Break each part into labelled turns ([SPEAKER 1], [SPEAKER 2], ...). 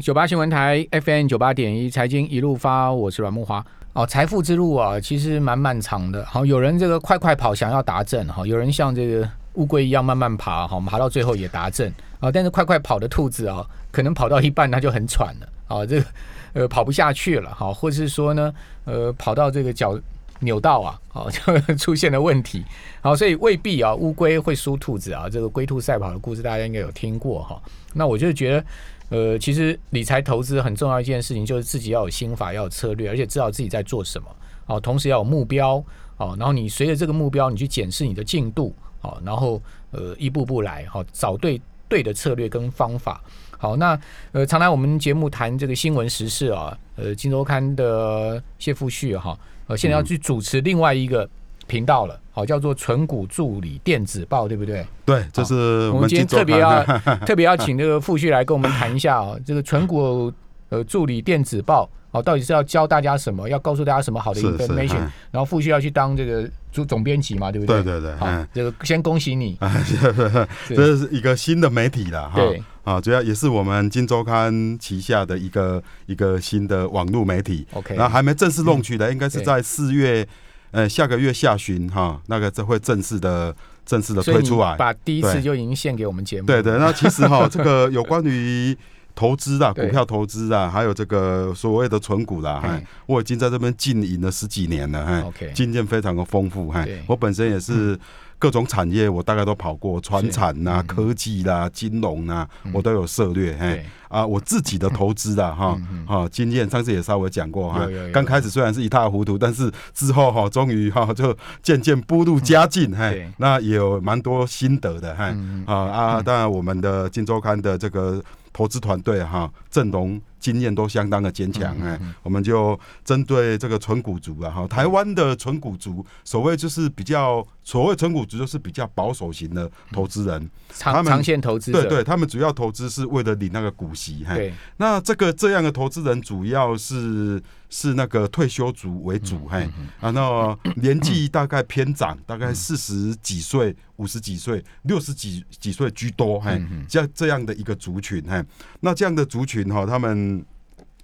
[SPEAKER 1] 九八新闻台 FM 九八点一财经一路发，我是阮木花。哦，财富之路啊，其实蛮漫长的。好、有人这个快快跑想要达阵，哈、有人像这个乌龟一样慢慢爬，哈、爬到最后也达阵啊、但是快快跑的兔子啊，可能跑到一半它就很喘了，啊、这个呃跑不下去了，哈、或是说呢，呃，跑到这个脚扭到啊，好、 就出现了问题。好，所以未必啊，乌龟会输兔子啊。这个龟兔赛跑的故事大家应该有听过哈、那我就觉得，呃，其实理财投资很重要一件事情，就是自己要有心法，要有策略，而且知道自己在做什么。哦，同时要有目标哦，然后你随着这个目标，你去检视你的进度哦，然后呃一步步来哦，找对对的策略跟方法。好，那呃，常来我们节目谈这个新闻时事啊，呃，《金周刊》的谢富旭哈、呃，现在要去主持另外一个频道了，好、叫做“纯股助理电子报”，对不对？
[SPEAKER 2] 对，这是
[SPEAKER 1] 我
[SPEAKER 2] 嗯我
[SPEAKER 1] 们
[SPEAKER 2] 们
[SPEAKER 1] 今天
[SPEAKER 2] 金
[SPEAKER 1] 特
[SPEAKER 2] 周
[SPEAKER 1] 别
[SPEAKER 2] 刊
[SPEAKER 1] 要 特别要请这个傅旭来跟我们谈一下哦，这个纯股呃助理电子报哦，到底是要教大家什么，要告诉大家什么好的
[SPEAKER 2] 是是
[SPEAKER 1] information，
[SPEAKER 2] 嗯
[SPEAKER 1] 然后傅旭要去当这个总总编辑嘛，对不对？
[SPEAKER 2] 对对对，啊
[SPEAKER 1] 好
[SPEAKER 2] 嗯，，
[SPEAKER 1] 这个先恭喜你，是
[SPEAKER 2] 这是一个新的媒体了哈。
[SPEAKER 1] 对，
[SPEAKER 2] 啊，主要也是我们《金周刊》旗下的一个一个新的网络媒体。
[SPEAKER 1] OK
[SPEAKER 2] 然后还没正式弄取的，应该是
[SPEAKER 1] 对
[SPEAKER 2] 在四月，呃，下个月下旬哈，那个这会正式的正式的
[SPEAKER 1] 所以
[SPEAKER 2] 推
[SPEAKER 1] 你
[SPEAKER 2] 出来。
[SPEAKER 1] 把嗯第一次
[SPEAKER 2] 对
[SPEAKER 1] 就已经献给我们节目，
[SPEAKER 2] 对对，那其实 哈，这个有关于投资啊，
[SPEAKER 1] 对
[SPEAKER 2] 股票投资啊，还有这个所谓的存股啦，
[SPEAKER 1] 哎
[SPEAKER 2] 哎，我已经在这边经营了十几年了，哎，
[SPEAKER 1] ，OK，
[SPEAKER 2] 经验非常的丰富，哎
[SPEAKER 1] 对，
[SPEAKER 2] 我本身也是各种产业我大概都跑过，船产呐、
[SPEAKER 1] 嗯
[SPEAKER 2] 科技啦、金融啊，我都有涉略，哎
[SPEAKER 1] 对，
[SPEAKER 2] 啊，我自己的投资啊，哈
[SPEAKER 1] 嗯嗯，
[SPEAKER 2] 哈，经验上次也稍微讲过哈
[SPEAKER 1] 有有有，
[SPEAKER 2] 刚开始虽然是一塌糊涂，但是之后哈，终于哈就渐渐步入佳境，
[SPEAKER 1] 对
[SPEAKER 2] 哎，那也有蛮多心得的，哎。
[SPEAKER 1] 嗯，
[SPEAKER 2] 啊啊！当然，我们的《金周刊》的这个投资团队哈，阵容经验都相当的坚
[SPEAKER 1] 嗯
[SPEAKER 2] 强哎。我们就针对这个纯股族啊哈，台湾的纯股族，所谓就是比较所谓纯股族，就是比较保守型的投资人。
[SPEAKER 1] 长
[SPEAKER 2] 他们
[SPEAKER 1] 长线投资
[SPEAKER 2] 对
[SPEAKER 1] 者，
[SPEAKER 2] 对，哎他们主要投资是为了领那个股息。嘿
[SPEAKER 1] 对
[SPEAKER 2] 那这个这样的投资人主要是是那个退休族为主，嘿，啊，那年纪大概偏长，大概四十几岁、五十几岁、六十几几岁居多，嘿，像这样的一个族群，嘿，那这样的族群哈，他们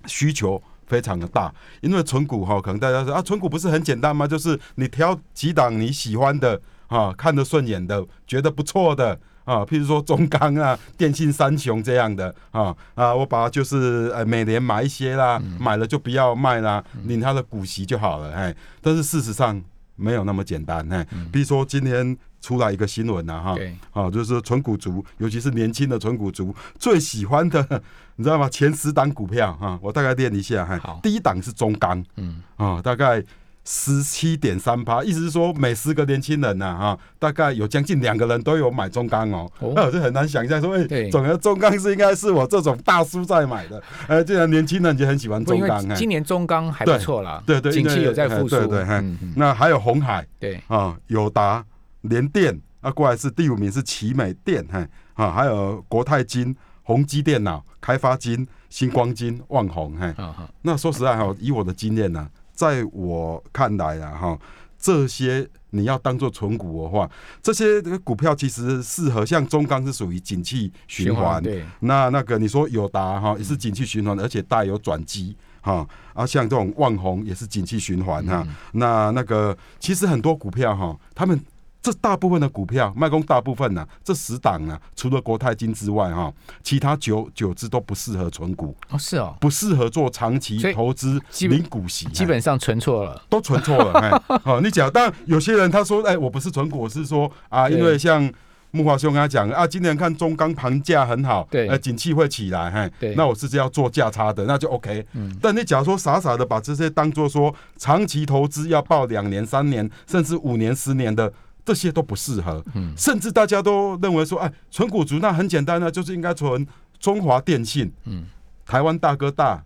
[SPEAKER 2] 需求。非常的大，因为存股哈，可能大家说啊，存股不是很简单吗？就是你挑几档你喜欢的啊，看得顺眼的，觉得不错的啊，譬如说中钢啊、 电信三雄这样的啊啊，我把它就是呃每年买一些啦，买了就不要卖啦，领它的股息就好了，哎，但是事实上没有那么简单，哎，比如说今天出来一个新闻呐、啊，哈，
[SPEAKER 1] 对，
[SPEAKER 2] 啊，就是纯股族，尤其是年轻的纯股族最喜欢的，你知道吗？前十档股票啊，我大概练一下
[SPEAKER 1] 好
[SPEAKER 2] 哈。第一档是中钢，
[SPEAKER 1] 嗯，
[SPEAKER 2] 啊，大概十七点三趴，意思是说每十个年轻人呐、啊，大概有将近两个人都有买中钢哦，
[SPEAKER 1] 哦
[SPEAKER 2] 那我就很难想象说，哎、
[SPEAKER 1] 对
[SPEAKER 2] 总而中钢是应该是我这种大叔在买的，呃，竟然年轻人也很喜欢
[SPEAKER 1] 不
[SPEAKER 2] 中
[SPEAKER 1] 因为
[SPEAKER 2] 钢，哎
[SPEAKER 1] 今年中钢还不错啦，
[SPEAKER 2] 对对，
[SPEAKER 1] 景
[SPEAKER 2] 因
[SPEAKER 1] 气
[SPEAKER 2] 为
[SPEAKER 1] 有在
[SPEAKER 2] 哎
[SPEAKER 1] 复苏，
[SPEAKER 2] 对对，哎
[SPEAKER 1] 嗯嗯
[SPEAKER 2] 那还有红海。
[SPEAKER 1] 对，
[SPEAKER 2] 啊，友达、联电啊，过来是第五名是奇美电，嘿啊，还有国泰金、宏基电脑、开发金、星光金、旺宏，嘿，
[SPEAKER 1] 啊哈，
[SPEAKER 2] 那说实在哈、以我的经验呢、在我看来啊，哈，这些你要当做纯股的话，这些股票其实适合像中钢是属于景气循环，
[SPEAKER 1] 对，
[SPEAKER 2] 那那个你说友达
[SPEAKER 1] 嗯
[SPEAKER 2] 哈也是景气循环，而且带有转机哈啊，像这种万宏也是景气循环哈。
[SPEAKER 1] 嗯
[SPEAKER 2] 那那个其实很多股票哈，他们这大部分的股票，卖空大部分呢、这十档呢、除了国泰金之外哈，其他九九只都不适合存股，
[SPEAKER 1] 哦是哦，
[SPEAKER 2] 不适合做长期
[SPEAKER 1] 所以
[SPEAKER 2] 投资
[SPEAKER 1] 基本
[SPEAKER 2] 零股息，
[SPEAKER 1] 基本上存错了。
[SPEAKER 2] 都存错了。哎，好、你讲，但有些人他说，哎，我不是存股，我是说啊，
[SPEAKER 1] 对
[SPEAKER 2] 因为像木华兄跟他讲啊，今年看中钢盘价很好，
[SPEAKER 1] 对
[SPEAKER 2] 呃，景气会起来，嘿，
[SPEAKER 1] 对嗯
[SPEAKER 2] 那我是要做价差的，那就 OK。但你假如说傻傻的把这些当做说长期投资，要报两年、三年，甚至五年、十年的。这些都不适合，
[SPEAKER 1] 嗯
[SPEAKER 2] 甚至大家都认为说，哎，存股族那很简单啊，就是应该存中华电信，
[SPEAKER 1] 嗯
[SPEAKER 2] 台湾大哥大、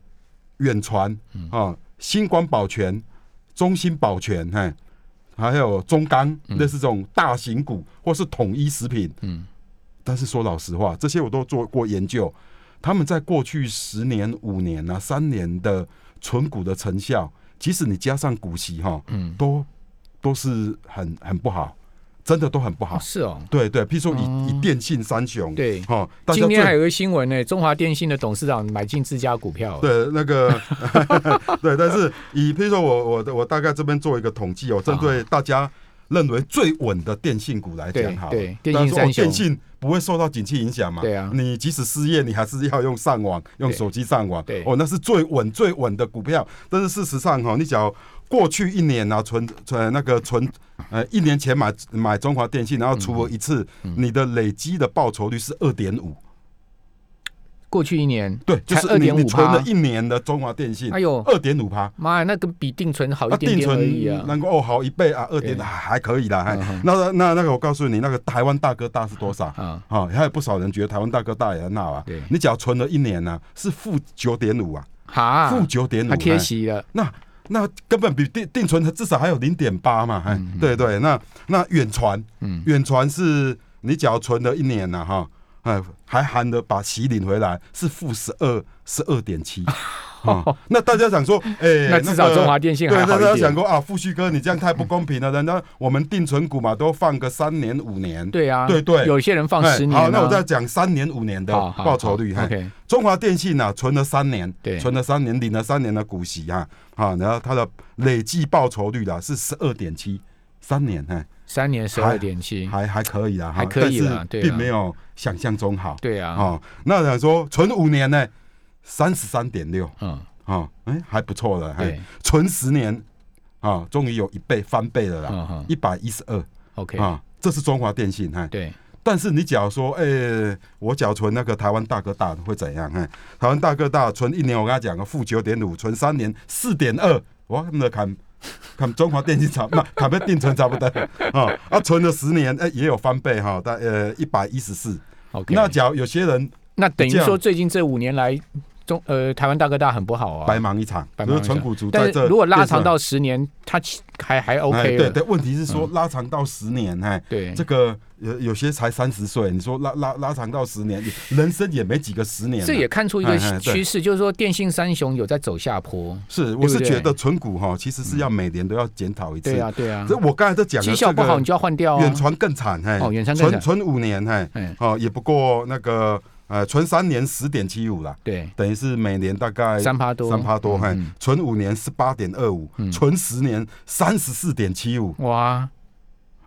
[SPEAKER 2] 远传，啊，星光保全、中兴保全，嘿，还有中钢，类似这种大型股，或是统一食品，
[SPEAKER 1] 嗯，
[SPEAKER 2] 但是说老实话，这些我都做过研究，他们在过去十年、五年啊、三年的存股的成效，即使你加上股息哈，
[SPEAKER 1] 嗯，
[SPEAKER 2] 都都是很很不好，真的都很不好。
[SPEAKER 1] 是哦。
[SPEAKER 2] 对对，譬如说以以电信三雄，
[SPEAKER 1] 对
[SPEAKER 2] 哦，大家
[SPEAKER 1] 今天还
[SPEAKER 2] 最
[SPEAKER 1] 有个新闻呢、中华电信的董事长买进自家股票。，
[SPEAKER 2] 对 那个 对，但是以譬如说我我我大概这边做一个统计哦，
[SPEAKER 1] 啊
[SPEAKER 2] 针对大家认为最稳的电信股来讲
[SPEAKER 1] 对
[SPEAKER 2] 哈，
[SPEAKER 1] 对
[SPEAKER 2] 大
[SPEAKER 1] 电信
[SPEAKER 2] 家说哦
[SPEAKER 1] 三雄
[SPEAKER 2] 电信不会受到景气影响嘛？
[SPEAKER 1] 对啊
[SPEAKER 2] 你即使失业，你还是要用上网，用
[SPEAKER 1] 对
[SPEAKER 2] 手机上网，
[SPEAKER 1] 对
[SPEAKER 2] 哦，那是最稳最稳的股票。但是事实上哈、哦，你只要过去一年啊，存存那个存。呃，一年前买买中华电信，
[SPEAKER 1] 嗯
[SPEAKER 2] 然后除额一次，你的累积的报酬率是二点五，
[SPEAKER 1] 过去一年，
[SPEAKER 2] 对，就
[SPEAKER 1] 才
[SPEAKER 2] 是你你
[SPEAKER 1] 2.5%
[SPEAKER 2] 存了一年的中华电信，
[SPEAKER 1] 哎呦，
[SPEAKER 2] 二点五趴，
[SPEAKER 1] 妈呀，那个比定存哦好一
[SPEAKER 2] 啊，
[SPEAKER 1] 点
[SPEAKER 2] 定
[SPEAKER 1] 点而
[SPEAKER 2] 存
[SPEAKER 1] 已啊。
[SPEAKER 2] 能够哦好一倍啊，二
[SPEAKER 1] 对
[SPEAKER 2] 点还可以啦。还
[SPEAKER 1] 嗯哼
[SPEAKER 2] 那那那个我告诉你，那个台湾大哥大是多少？
[SPEAKER 1] 啊，
[SPEAKER 2] 啊，还有不少人觉得台湾大哥大也很好啊
[SPEAKER 1] 对。
[SPEAKER 2] 你只要存了一年呢，是负九点五啊，
[SPEAKER 1] 哈，
[SPEAKER 2] 负九点五
[SPEAKER 1] 他。贴
[SPEAKER 2] 哎
[SPEAKER 1] 息了。
[SPEAKER 2] 那那根本比定定存至少还有零点八嘛，哎，对对，那那远传，
[SPEAKER 1] 嗯
[SPEAKER 2] 远传是你只要存了一年了哈，哎，还含着把息领回来是负十二十二 点七。哦，那大家想说，哎、
[SPEAKER 1] 那至少
[SPEAKER 2] 个
[SPEAKER 1] 中华电信还
[SPEAKER 2] 对，
[SPEAKER 1] 好
[SPEAKER 2] 大
[SPEAKER 1] 一
[SPEAKER 2] 家
[SPEAKER 1] 点
[SPEAKER 2] 想。过啊，富旭哥，你这样太不公 平了，人家我们定存股嘛都放个三年五年，
[SPEAKER 1] 对啊，
[SPEAKER 2] 对对
[SPEAKER 1] 有些人放
[SPEAKER 2] 哎
[SPEAKER 1] 十年啊。
[SPEAKER 2] 好，那我再讲三年五年的
[SPEAKER 1] 好好
[SPEAKER 2] 报酬率，哎
[SPEAKER 1] 好
[SPEAKER 2] 嘿
[SPEAKER 1] OK，
[SPEAKER 2] 中华电信啊，存了三年，
[SPEAKER 1] 对
[SPEAKER 2] 存了三年，领了三年的股息啊，啊，然后它的累计报酬率啊是十二点七，三年，哎，
[SPEAKER 1] 三年十二点七。
[SPEAKER 2] 还还可以啊，哈
[SPEAKER 1] 还可以啦
[SPEAKER 2] 但
[SPEAKER 1] 对
[SPEAKER 2] 是
[SPEAKER 1] 啦
[SPEAKER 2] 并没有想象中好，
[SPEAKER 1] 对啊，
[SPEAKER 2] 哦，那想说存五年呢，三十三点六，
[SPEAKER 1] 嗯，
[SPEAKER 2] 啊，哎，还不错了，哎
[SPEAKER 1] 对，，
[SPEAKER 2] 存十年，啊，终于有一倍翻倍了啦，
[SPEAKER 1] 嗯哼
[SPEAKER 2] 一百一十二
[SPEAKER 1] ，OK，
[SPEAKER 2] 啊，这是中华电信，哎，
[SPEAKER 1] 对，
[SPEAKER 2] 但是你假如说，哎、我假如存那个台湾大哥大会怎样？哎，台湾大哥大存一年，我跟他讲个负九点五，存三年四点二，哇，他们的砍砍中华电信差，那砍被定存差不多啊、哦啊，存了十年，哎、也有翻倍哈，大呃一百一十四。
[SPEAKER 1] OK，
[SPEAKER 2] 那假如有些人
[SPEAKER 1] 那等于
[SPEAKER 2] 这样
[SPEAKER 1] 说最近这五年来，中呃台湾大哥大很不好啊。
[SPEAKER 2] 白忙一场，
[SPEAKER 1] 白
[SPEAKER 2] 就
[SPEAKER 1] 忙一
[SPEAKER 2] 是
[SPEAKER 1] 场
[SPEAKER 2] 存股族在
[SPEAKER 1] 但
[SPEAKER 2] 这
[SPEAKER 1] 是如果拉长
[SPEAKER 2] 变成
[SPEAKER 1] 到十年，它其还还
[SPEAKER 2] 哎
[SPEAKER 1] OK
[SPEAKER 2] 对
[SPEAKER 1] 了。嗯
[SPEAKER 2] 对，问题是说拉长到十年，哎、
[SPEAKER 1] 对
[SPEAKER 2] 这个有有些才三十岁，你说拉拉拉长到十年，人生也没几个十年啊、
[SPEAKER 1] 这也看出一个
[SPEAKER 2] 哎哎对
[SPEAKER 1] 趋势，就是说电信三雄有在走下坡。
[SPEAKER 2] 是，我
[SPEAKER 1] 对不
[SPEAKER 2] 是
[SPEAKER 1] 对
[SPEAKER 2] 觉得存股哈，其实是要每年都要检讨一次。
[SPEAKER 1] 对啊，对啊
[SPEAKER 2] 这，我刚才在讲的
[SPEAKER 1] 绩效
[SPEAKER 2] 这
[SPEAKER 1] 不好
[SPEAKER 2] 个
[SPEAKER 1] 你就要换掉啊
[SPEAKER 2] 远。传更惨，嘿，
[SPEAKER 1] 哦远传更
[SPEAKER 2] 存
[SPEAKER 1] 惨
[SPEAKER 2] 存五年，嘿
[SPEAKER 1] 哎，
[SPEAKER 2] 哦，也不过那个呃，存三年十点七五啦，
[SPEAKER 1] 对，
[SPEAKER 2] 等于是每年大概
[SPEAKER 1] 三趴多，
[SPEAKER 2] 三趴多，嘿
[SPEAKER 1] 嗯，
[SPEAKER 2] 存五年是八点二五，存十年三十四点七五，
[SPEAKER 1] 嗯哇，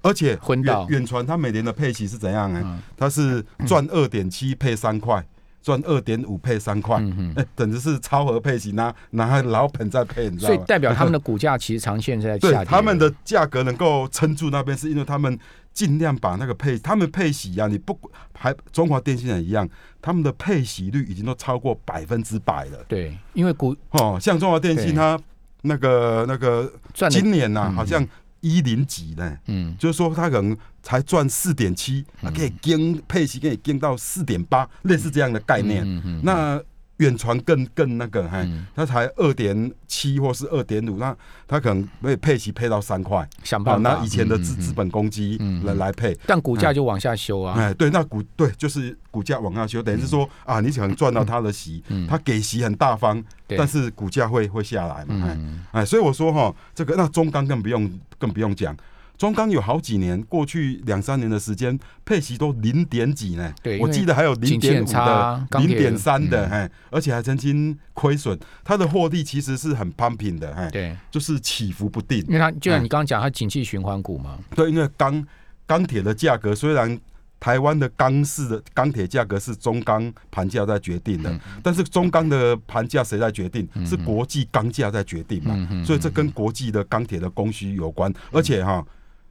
[SPEAKER 2] 而且
[SPEAKER 1] 昏
[SPEAKER 2] 远
[SPEAKER 1] 倒
[SPEAKER 2] 远传它每年的配息是怎样？哎
[SPEAKER 1] 嗯，
[SPEAKER 2] 它是赚二点七配三块。赚二点五配三块，
[SPEAKER 1] 嗯
[SPEAKER 2] 哎、等于是超额配息，拿拿老本在配，你知道
[SPEAKER 1] 所
[SPEAKER 2] 吗？
[SPEAKER 1] 以代表他们 的股价其实长线是在下
[SPEAKER 2] 对
[SPEAKER 1] 跌。
[SPEAKER 2] 他们的价格能够撑住那边，是因为他们尽量把那个配，他们配息啊，你不还中华电信也一样，他们的配息率已经都超过百分之百了。
[SPEAKER 1] 对，因为股
[SPEAKER 2] 哦，像中华电信
[SPEAKER 1] 对
[SPEAKER 2] 它那个那个
[SPEAKER 1] 赚的
[SPEAKER 2] 今年呐、好像一零几呢，
[SPEAKER 1] 嗯
[SPEAKER 2] 就是说它可能才赚四点七，啊可以跟配息可以跟到四点八，类似这样的概念。
[SPEAKER 1] 嗯嗯
[SPEAKER 2] 那远传更更那个，哎
[SPEAKER 1] 嗯，
[SPEAKER 2] 它才二点七或是二点五，那它可能被配息配到三块，
[SPEAKER 1] 想
[SPEAKER 2] 啊，
[SPEAKER 1] 办法
[SPEAKER 2] 那以前的
[SPEAKER 1] 嗯
[SPEAKER 2] 资
[SPEAKER 1] 嗯嗯
[SPEAKER 2] 资本公积
[SPEAKER 1] 嗯嗯
[SPEAKER 2] 来来配，
[SPEAKER 1] 但股价就往下修啊。嗯
[SPEAKER 2] 哎，对，那股对就是股价往下修，等于是说啊，你想赚到它的息，它给息很大方，
[SPEAKER 1] 对
[SPEAKER 2] 但是股价会会下来嘛，哎
[SPEAKER 1] 嗯，
[SPEAKER 2] 哎，所以我说哈，这个那中钢更不用更不用讲。中钢有好几年，过去两三年的时间，配息都零点几呢。
[SPEAKER 1] 对因为
[SPEAKER 2] 我记得还有
[SPEAKER 1] 景
[SPEAKER 2] 零
[SPEAKER 1] 气
[SPEAKER 2] 点
[SPEAKER 1] 很
[SPEAKER 2] 五
[SPEAKER 1] 差啊
[SPEAKER 2] 的、
[SPEAKER 1] 钢
[SPEAKER 2] 零
[SPEAKER 1] 铁嗯
[SPEAKER 2] 点三的，哎、而且还曾经亏损。它的获利其实是很 pumping 的，哎，
[SPEAKER 1] 对，
[SPEAKER 2] 就是起伏不定
[SPEAKER 1] 因。为它就像你刚刚讲，它景气循环股嘛，
[SPEAKER 2] 对，因为钢钢铁的价格虽然台湾的钢市的钢铁价格是中钢盘价在决定的，但是中钢的盘价谁在决定？是国际钢价在决定嘛？所以这跟国际的钢铁的供需有关，而且哈、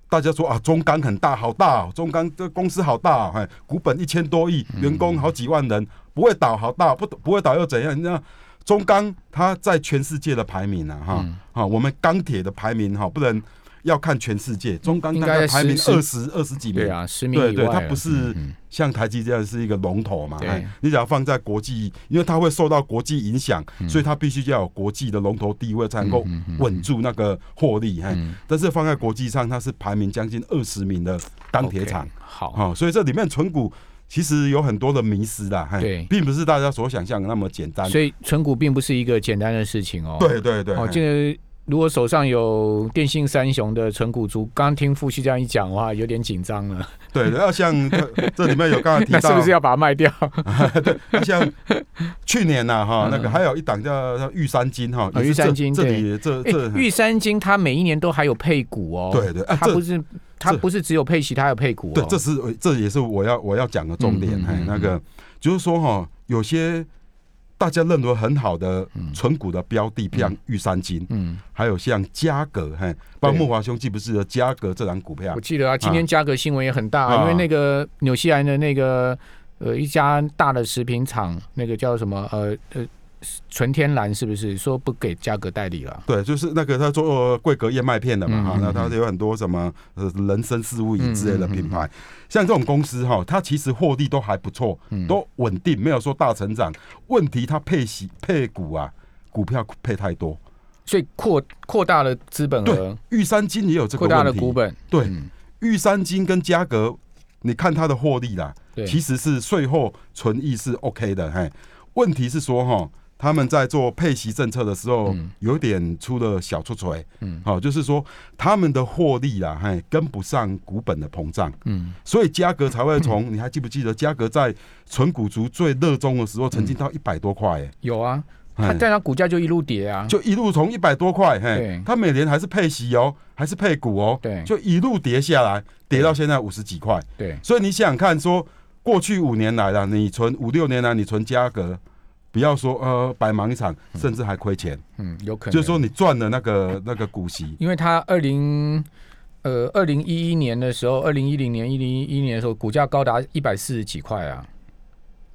[SPEAKER 2] 大家说啊，中钢很大，好大、哦，中钢这公司好大、哦，哎，股本一千多亿，员工好几万人，不会倒，好大，不不会倒又怎样？那中钢它在全世界的排名啊，哈、哈、我们钢铁的排名哈、不能要看全世界，中钢
[SPEAKER 1] 应
[SPEAKER 2] 大
[SPEAKER 1] 该
[SPEAKER 2] 概排名
[SPEAKER 1] 是
[SPEAKER 2] 二十二十几名
[SPEAKER 1] 对，啊，十名
[SPEAKER 2] 对
[SPEAKER 1] 以
[SPEAKER 2] 对，
[SPEAKER 1] 外
[SPEAKER 2] 它
[SPEAKER 1] 啊，
[SPEAKER 2] 不是像台积这样是一个龙头嘛？
[SPEAKER 1] 对
[SPEAKER 2] 哎，你只要放在国际，因为它会受到国际影响，
[SPEAKER 1] 嗯
[SPEAKER 2] 所以它必须要有国际的龙头地位才能够稳住那个获利。哎，
[SPEAKER 1] 嗯
[SPEAKER 2] 但是放在国际上，它是排名将近二十名的钢铁厂
[SPEAKER 1] OK，。好，
[SPEAKER 2] 哦，所以这里面存股其实有很多的迷失啦，哎
[SPEAKER 1] 对
[SPEAKER 2] 并不是大家所想象的那么简单。
[SPEAKER 1] 所以存股并不是一个简单的事情哦。
[SPEAKER 2] 对对对，
[SPEAKER 1] 哦，
[SPEAKER 2] 哎
[SPEAKER 1] 这个如果手上有电信三雄的纯股族，刚刚听富旭这样一讲的话，有点紧张 了。
[SPEAKER 2] 对，要像这 这里面有刚才提
[SPEAKER 1] 那
[SPEAKER 2] 到，
[SPEAKER 1] 是不是要把它卖掉？
[SPEAKER 2] 那 像去年呐、哈，那个还有一档叫叫玉山金哈，
[SPEAKER 1] 嗯哦
[SPEAKER 2] 也是这
[SPEAKER 1] 玉山金
[SPEAKER 2] 这里 这
[SPEAKER 1] 哎
[SPEAKER 2] 这，
[SPEAKER 1] 玉山金它每一年都还有配股哦。
[SPEAKER 2] 对对啊
[SPEAKER 1] 它
[SPEAKER 2] 这
[SPEAKER 1] 不是它
[SPEAKER 2] 这
[SPEAKER 1] 不是只有配息，它还有配股哦。
[SPEAKER 2] 对，这是呃这也是我要我要讲的重点
[SPEAKER 1] 嗯嗯，
[SPEAKER 2] 哎
[SPEAKER 1] 嗯，
[SPEAKER 2] 那个就是说哈，有些大家认为很好的存股的标的，像玉山金，
[SPEAKER 1] 嗯，
[SPEAKER 2] 还有像嘉格，嘿，包
[SPEAKER 1] 对
[SPEAKER 2] 木华兄记不记得嘉格这档股票
[SPEAKER 1] 我？记得啊，今天价格新闻也很大，
[SPEAKER 2] 啊
[SPEAKER 1] 因为那个纽西兰的那个呃一家大的食品厂，那个叫什么呃呃纯天然是不是说不给价格代理了？
[SPEAKER 2] 对，就是那个他做桂格燕麦片的嘛，
[SPEAKER 1] 嗯
[SPEAKER 2] 哈、
[SPEAKER 1] 嗯
[SPEAKER 2] 那他有很多什么呃人参四物饮之类的
[SPEAKER 1] 嗯嗯嗯
[SPEAKER 2] 品牌，像这种公司哈，它其实获利都还不错，
[SPEAKER 1] 嗯
[SPEAKER 2] 都稳定，没有说大成长。问题它配息配股啊，股票配太多。
[SPEAKER 1] 所以扩扩大了资本额，
[SPEAKER 2] 玉山金也有这个
[SPEAKER 1] 扩大了
[SPEAKER 2] 问
[SPEAKER 1] 股
[SPEAKER 2] 题，
[SPEAKER 1] 本，
[SPEAKER 2] 对
[SPEAKER 1] 嗯，
[SPEAKER 2] 玉山金跟嘉格，你看它的获利啦，
[SPEAKER 1] 对，
[SPEAKER 2] 其实是税后存益是 OK 的，嘿。问题是说哈，他们在做配息政策的时候，
[SPEAKER 1] 嗯
[SPEAKER 2] 有点出了小错锤，
[SPEAKER 1] 嗯
[SPEAKER 2] 好、就是说他们的获利啦，嘿，跟不上股本的膨胀，
[SPEAKER 1] 嗯
[SPEAKER 2] 所以嘉格才会从，你还记不记得嘉格在纯股族最热衷的时候，
[SPEAKER 1] 嗯
[SPEAKER 2] 曾经到一百多块、耶
[SPEAKER 1] 有啊，它
[SPEAKER 2] 哎，
[SPEAKER 1] 但它股价就一路跌啊，
[SPEAKER 2] 就一路从一百多块，嘿
[SPEAKER 1] 对，
[SPEAKER 2] 他每年还是配息哦，还是配股哦，
[SPEAKER 1] 对
[SPEAKER 2] 就一路跌下来，跌到现在五十几块。
[SPEAKER 1] 对
[SPEAKER 2] 所以你想想看说过去五年来了，你存五六年来，你存价格，不要说呃白忙一场，甚至还亏钱，
[SPEAKER 1] 嗯有可能，
[SPEAKER 2] 就是说你赚了那个那个股息，
[SPEAKER 1] 因为它二零呃二零一一年的时候，二零一零年、一零一年的时候，股价高达一百四十几块啊，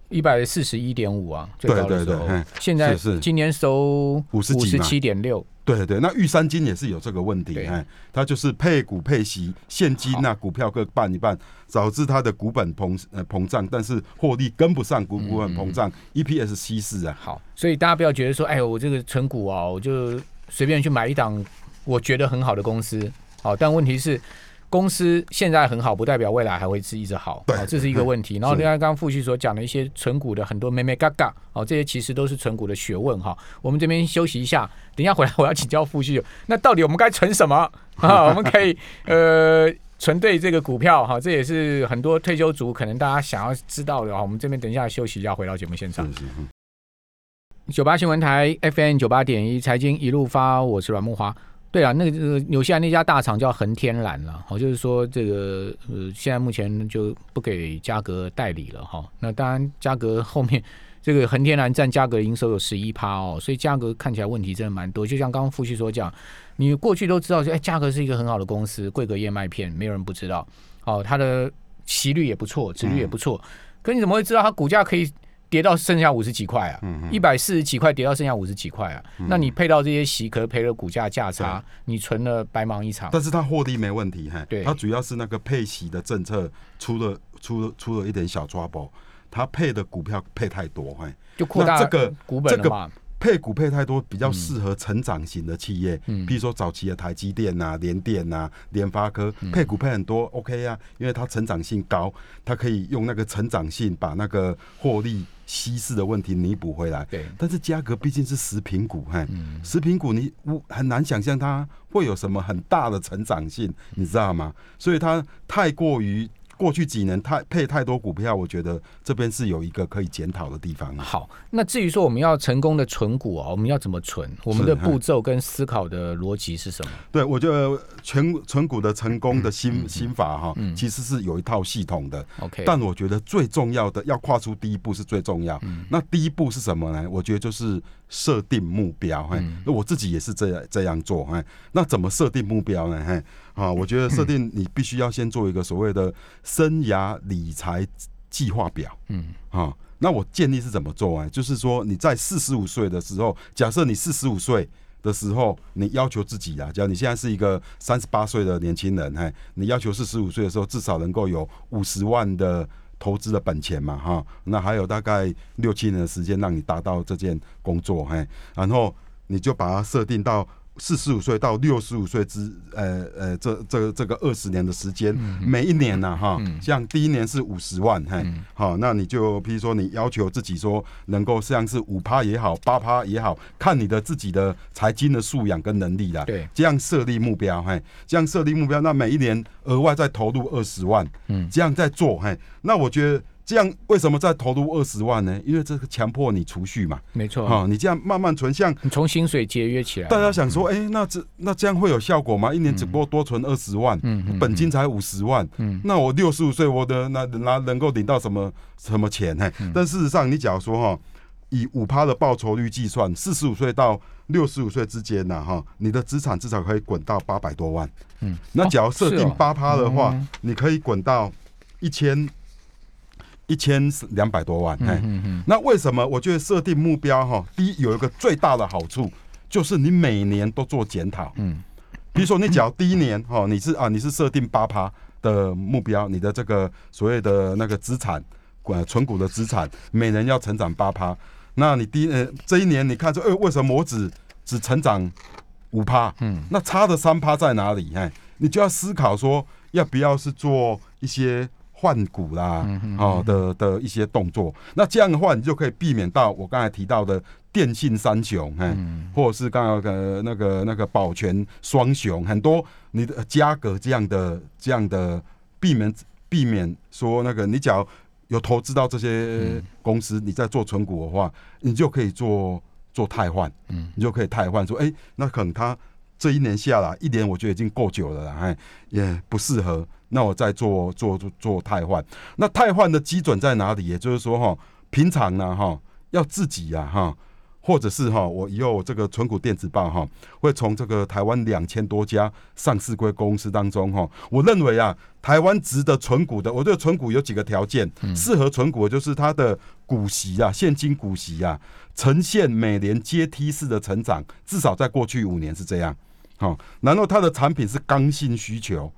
[SPEAKER 1] 一百四十一点五啊，最
[SPEAKER 2] 对
[SPEAKER 1] 高的
[SPEAKER 2] 对
[SPEAKER 1] 时
[SPEAKER 2] 对
[SPEAKER 1] 候。
[SPEAKER 2] 嘿
[SPEAKER 1] 现在
[SPEAKER 2] 是是
[SPEAKER 1] 今年收
[SPEAKER 2] 50
[SPEAKER 1] 五
[SPEAKER 2] 几
[SPEAKER 1] 十
[SPEAKER 2] 嘛
[SPEAKER 1] 七点六，
[SPEAKER 2] 对对，那玉山金也是有这个问题，
[SPEAKER 1] 对
[SPEAKER 2] 哎，它就是配股配息，现金啊股票各半一半，导致它的股本膨呃膨胀，但是获利跟不上股股本膨胀、e p s 稀释啊，
[SPEAKER 1] 好，所以大家不要觉得说，哎呦，我这个存股啊，我就随便去买一档我觉得很好的公司，好，但问题是。公司现在很好，不代表未来还会是一直好，
[SPEAKER 2] 对
[SPEAKER 1] 好这是一个问题。然后，另外刚刚傅旭所讲的一些存股的很多妹妹嘎嘎，哦，这些其实都是存股的学问哈。我们这边休息一下，等一下回来我要请教傅旭，那到底我们该存什么啊？我们可以呃存对这个股票哈，这也是很多退休族可能大家想要知道的啊。我们这边等一下休息一下，回到节目现
[SPEAKER 2] 是
[SPEAKER 1] 场。
[SPEAKER 2] 是嗯
[SPEAKER 1] 九八新闻台 FM 九八点一财经一路发，我是阮木华。对啊，那个呃纽西兰那家大厂叫恒天然了，好，就是说这个呃，现在目前就不给嘉格代理了哈。那当然，嘉格后面 这个恒天然占嘉格营收有十一趴哦，所以嘉格看起来问题真的蛮多。就像刚刚傅旭所讲，你过去都知道，哎，嘉格是一个很好的公司，贵格燕麦片，没有人不知道。哦，它的息率也不错，值率也不错，
[SPEAKER 2] 嗯
[SPEAKER 1] 可你怎么会知道它股价可以跌到剩下五十几块啊？
[SPEAKER 2] 嗯嗯嗯
[SPEAKER 1] 一百四十几块跌到剩下五十几块啊，那你配到这些息，可是赔了股价价差，你存了白忙一场。
[SPEAKER 2] 但是它获利没问题，嘿，
[SPEAKER 1] 对
[SPEAKER 2] 它主要是那个配息的政策出了出了出了一点小 trouble，它配的股票配太多，嘿，
[SPEAKER 1] 就扩大
[SPEAKER 2] 那这个
[SPEAKER 1] 股本
[SPEAKER 2] 这
[SPEAKER 1] 了
[SPEAKER 2] 个
[SPEAKER 1] 嘛。
[SPEAKER 2] 配股配太多比较适合成长型的企业，譬如说早期的台积电呐、联电呐、联发科，配股配很多 OK 啊，因为它成长性高，它可以用那个成长性把那个获利稀释的问题弥补回来。
[SPEAKER 1] 对，
[SPEAKER 2] 但是价格毕竟是食品股，嘿，食品股你无很难想象它会有什么很大的成长性，你知道吗？所以它太过于过去几年太配太多股票，我觉得这边是有一个可以检讨的地方啊。
[SPEAKER 1] 好，那至于说我们要成功的存股啊，我们要怎么存？我们的
[SPEAKER 2] 嗯
[SPEAKER 1] 步骤跟思考的逻辑是什么？
[SPEAKER 2] 对，我觉得全存股的成功的心、心法哈，其实是有一套系统的。
[SPEAKER 1] OK，
[SPEAKER 2] 但我觉得最重要的，要跨出第一步是最重要。
[SPEAKER 1] 嗯
[SPEAKER 2] 那第一步是什么呢？我觉得就是设定目标。嘿，
[SPEAKER 1] 嗯
[SPEAKER 2] 那我自己也是这样这样做。嘿，那怎么设定目标呢？嘿，啊，我觉得设定你必须要先做一个所谓的生涯理财计划表。
[SPEAKER 1] 嗯，
[SPEAKER 2] 啊、那我建议是怎么做啊？就是说你在四十五岁的时候，假设你四十五岁的时候，你要求自己啊，假如你现在是一个三十八岁的年轻人，嘿，你要求四十五岁的时候至少能够有五十万的。投资的本钱嘛，哈，那还有大概六七年的时间让你达到这件工作，嘿，然后你就把它设定到四十五岁到六十五岁之呃呃这这这个二十年的时间，每一年呐、哈，像第一年是五十万，嘿，好，那你就譬如说你要求自己说能够像是五趴也好，八趴也好，看你的自己的财经的素养跟能力啦，
[SPEAKER 1] 对
[SPEAKER 2] 这样设立目标，嘿，这样设立目标，那每一年额外再投入二十万，嗯，这样再做，嘿，那我觉得这样为什么再投入二十万呢？因为这个强迫你储蓄嘛，
[SPEAKER 1] 没错，
[SPEAKER 2] 哈、你这样慢慢存，像
[SPEAKER 1] 你从薪水节约起来嘛，
[SPEAKER 2] 大家想说，哎、那这那这样会有效果吗？一年只不过多存二十万，本金才五十万，那我六十五岁，我的那拿能够领到什么什么钱？嘿，但事实上，你假如说哈，以五趴的报酬率计算，四十五岁到六十五岁之间呢，哈，你的资产至少可以滚到八百多万。
[SPEAKER 1] 嗯，
[SPEAKER 2] 那假如设
[SPEAKER 1] 是
[SPEAKER 2] 定
[SPEAKER 1] 哦
[SPEAKER 2] 八趴的话，你可以滚到一千一千两百多万。嘿，
[SPEAKER 1] 嗯嗯，
[SPEAKER 2] 那为什么我觉得设定目标哈，第一有一个最大的好处就是你每年都做检讨。
[SPEAKER 1] 嗯，
[SPEAKER 2] 比如说你只要第一年哈，你是啊你是设定八趴的目标，你的这个所谓的那个资产，呃，存股的资产每年要成长八趴。那你第一呃这一年你看说，哎、为什么我只只成长五趴？嗯，那差的三趴在哪里？哎，你就要思考说要不要是做一些换股啦，哦的的一些动作。那这样的话，你就可以避免到我刚才提到的电信三雄，哎，或者是刚刚呃那个那个保全双雄，很多你的价格这样的这样的避免避免说那个你只要有投资到这些公司，你在做存股的话，你就可以做做汰换，嗯，你就可以汰换说，哎、那可能他这一年下来，一年我觉得已经够久了啦，哎，也不适合，那我再做做做做汰换。那汰换的基准在哪里？也就是说哈，平常呢哈，要自己呀、哈。或者是哈，我以后我这个存股电子报哈，会从这个台湾两千多家上市规公司当中哈，我认为啊，台湾值得存股的，我对存股有几个条件，
[SPEAKER 1] 嗯
[SPEAKER 2] 适合存股的就是它的股息啊，现金股息啊，呈现每年阶梯式的成长，至少在过去五年是这样。好、然后它的产品是刚性需求，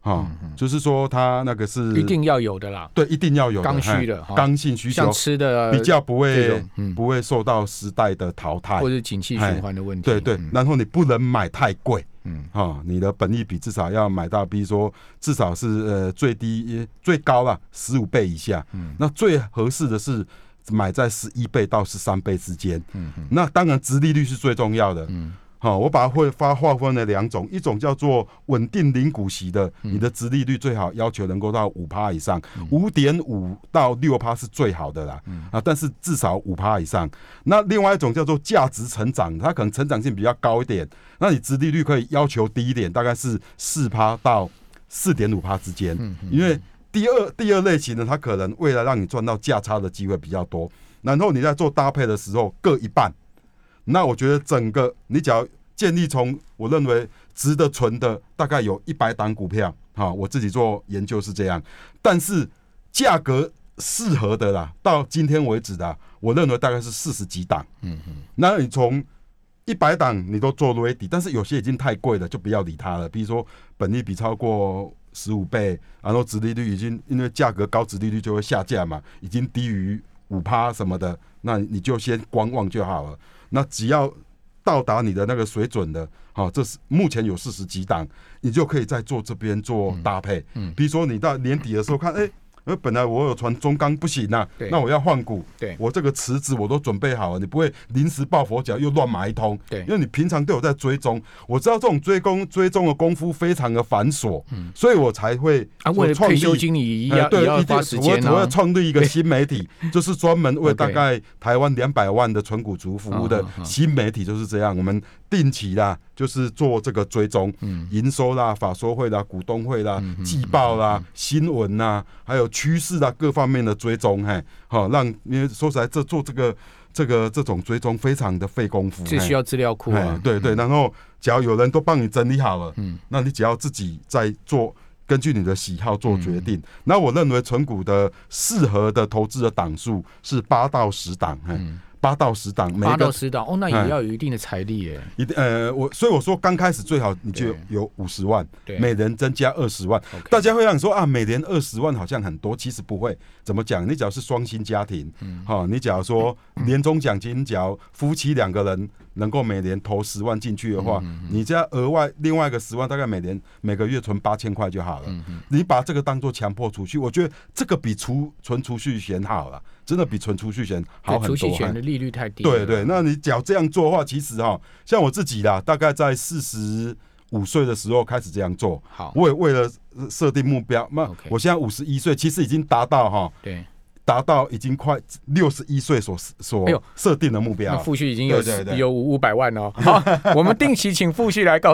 [SPEAKER 2] 哈、就是说它那个是
[SPEAKER 1] 嗯一定要有的啦，
[SPEAKER 2] 对一定要有的
[SPEAKER 1] 刚需的
[SPEAKER 2] 嘿
[SPEAKER 1] 哈
[SPEAKER 2] 刚性需
[SPEAKER 1] 像
[SPEAKER 2] 求，
[SPEAKER 1] 吃的
[SPEAKER 2] 比较不
[SPEAKER 1] 这
[SPEAKER 2] 会
[SPEAKER 1] 种、嗯
[SPEAKER 2] 不会受到时代的淘汰
[SPEAKER 1] 或。者景气循环的问题，
[SPEAKER 2] 对对，然后你不能买太贵，
[SPEAKER 1] 嗯，
[SPEAKER 2] 哈、你的本益比至少要买到，比如说至少是呃最低最高了十五倍以下，嗯，那最合适的是买在十一倍到十三倍之间，嗯，那当然殖利率是最重要的，嗯。好、我把它会发划分了两种，一种叫做稳定零股息的，你的殖利率最好要求能够到五趴以上，五点五到六趴是最好的啦，啊，但是至少五趴以上。那另外一种叫做价值成长，它可能成长性比较高一点，那你殖利率可以要求低一点，大概是四趴到四点五趴之间，因为第二第二类型呢，它可能未来让你赚到价差的机会比较多，然后你在做搭配的时候各一半，那我觉得整个你只要建立从我认为值得存的大概有一百档股票，哈，我自己做研究是这样，但是价格适合的啦，到今天为止的啊、我认为大概是四十几档，嗯嗯，那你从一百档你都做 ready，但是有些已经太贵了，就不要理它了。比如说本利比超过十五倍，然后殖利率已经因为价格高，殖利率就会下降嘛，已经低于五趴什么的，那你就先观望就好了。那只要到达你的那个水准的，好、这是目前有四十几档，你就可以在做这边做搭配。嗯，比如说你到年底的时候看，哎、呃，本来我有传中钢不行啊
[SPEAKER 1] 对，
[SPEAKER 2] 那我要换股，
[SPEAKER 1] 对
[SPEAKER 2] 我这个池子我都准备好了，你不会临时抱佛脚又乱买一通，
[SPEAKER 1] 对
[SPEAKER 2] 因为你平常都有在追踪，我知道这种追踪追踪的功夫非常的繁琐，嗯，所以我才会
[SPEAKER 1] 啊，为了
[SPEAKER 2] 创
[SPEAKER 1] 退休
[SPEAKER 2] 立
[SPEAKER 1] 金你也
[SPEAKER 2] 呃
[SPEAKER 1] 要
[SPEAKER 2] 对，
[SPEAKER 1] 也要
[SPEAKER 2] 一定
[SPEAKER 1] 花时间
[SPEAKER 2] 我我要
[SPEAKER 1] 啊，
[SPEAKER 2] 创立一个新媒体， 就是专门为
[SPEAKER 1] OK
[SPEAKER 2] 大概台湾两百万的纯股族服务的
[SPEAKER 1] 嗯嗯嗯
[SPEAKER 2] 新媒体，就是这样。我们定期啦，就是做这个追踪，
[SPEAKER 1] 嗯
[SPEAKER 2] 营收啦、法说会啦、股东会啦、季报啦、新闻啦，还有趋势啦各方面的追踪，嘿，好，让因为说实在，这做这个这个这种追踪非常的费功夫，
[SPEAKER 1] 这
[SPEAKER 2] 嘿
[SPEAKER 1] 需要资料库
[SPEAKER 2] 哎，
[SPEAKER 1] 啊，
[SPEAKER 2] 对对，然后只要有人都帮你整理好了，嗯，那你只要自己再做，根据你的喜好做决
[SPEAKER 1] 嗯
[SPEAKER 2] 定。那我认为存股的适合的投资的档数是八到十档，嗯，八到十档，每一
[SPEAKER 1] 八到
[SPEAKER 2] 个
[SPEAKER 1] 十档哦，那
[SPEAKER 2] 哎
[SPEAKER 1] 也要有一定的财力耶，
[SPEAKER 2] 一定呃，我所以我说刚开始最好你就
[SPEAKER 1] 对
[SPEAKER 2] 有五十万，
[SPEAKER 1] 对
[SPEAKER 2] 每人增加二十万。
[SPEAKER 1] OK
[SPEAKER 2] 大家会让你说啊，每年二十万好像很多，其实不会。怎么讲？你
[SPEAKER 1] 嗯
[SPEAKER 2] 只要是双薪家庭，哈、你假如说年终奖金，假如夫妻两个人能够每年投十万进去的
[SPEAKER 1] 嗯
[SPEAKER 2] 话，你再额外另外一个十万，大概每年每个月存八千块就好了。
[SPEAKER 1] 嗯
[SPEAKER 2] 你把这个当做强迫储蓄，我觉得这个比储存储蓄险好了，真的比存储蓄险好
[SPEAKER 1] 对储
[SPEAKER 2] 很多。
[SPEAKER 1] 蓄险嗯
[SPEAKER 2] 嘿
[SPEAKER 1] 的利率太低了。
[SPEAKER 2] 对对，那你只要这样做的话，其实哈、像我自己啦，大概在四十五岁的时候开始这样做。
[SPEAKER 1] 好，
[SPEAKER 2] 我也为了呃设定目标，那
[SPEAKER 1] OK
[SPEAKER 2] 我现在五十一岁，其实已经达到哈，
[SPEAKER 1] 对，
[SPEAKER 2] 达到已经快六十一岁所所
[SPEAKER 1] 哎呦
[SPEAKER 2] 设定的目标
[SPEAKER 1] 那
[SPEAKER 2] 了。
[SPEAKER 1] 富旭已经有
[SPEAKER 2] 对对对
[SPEAKER 1] 有五百万了哦。好，我们定期请富旭来告。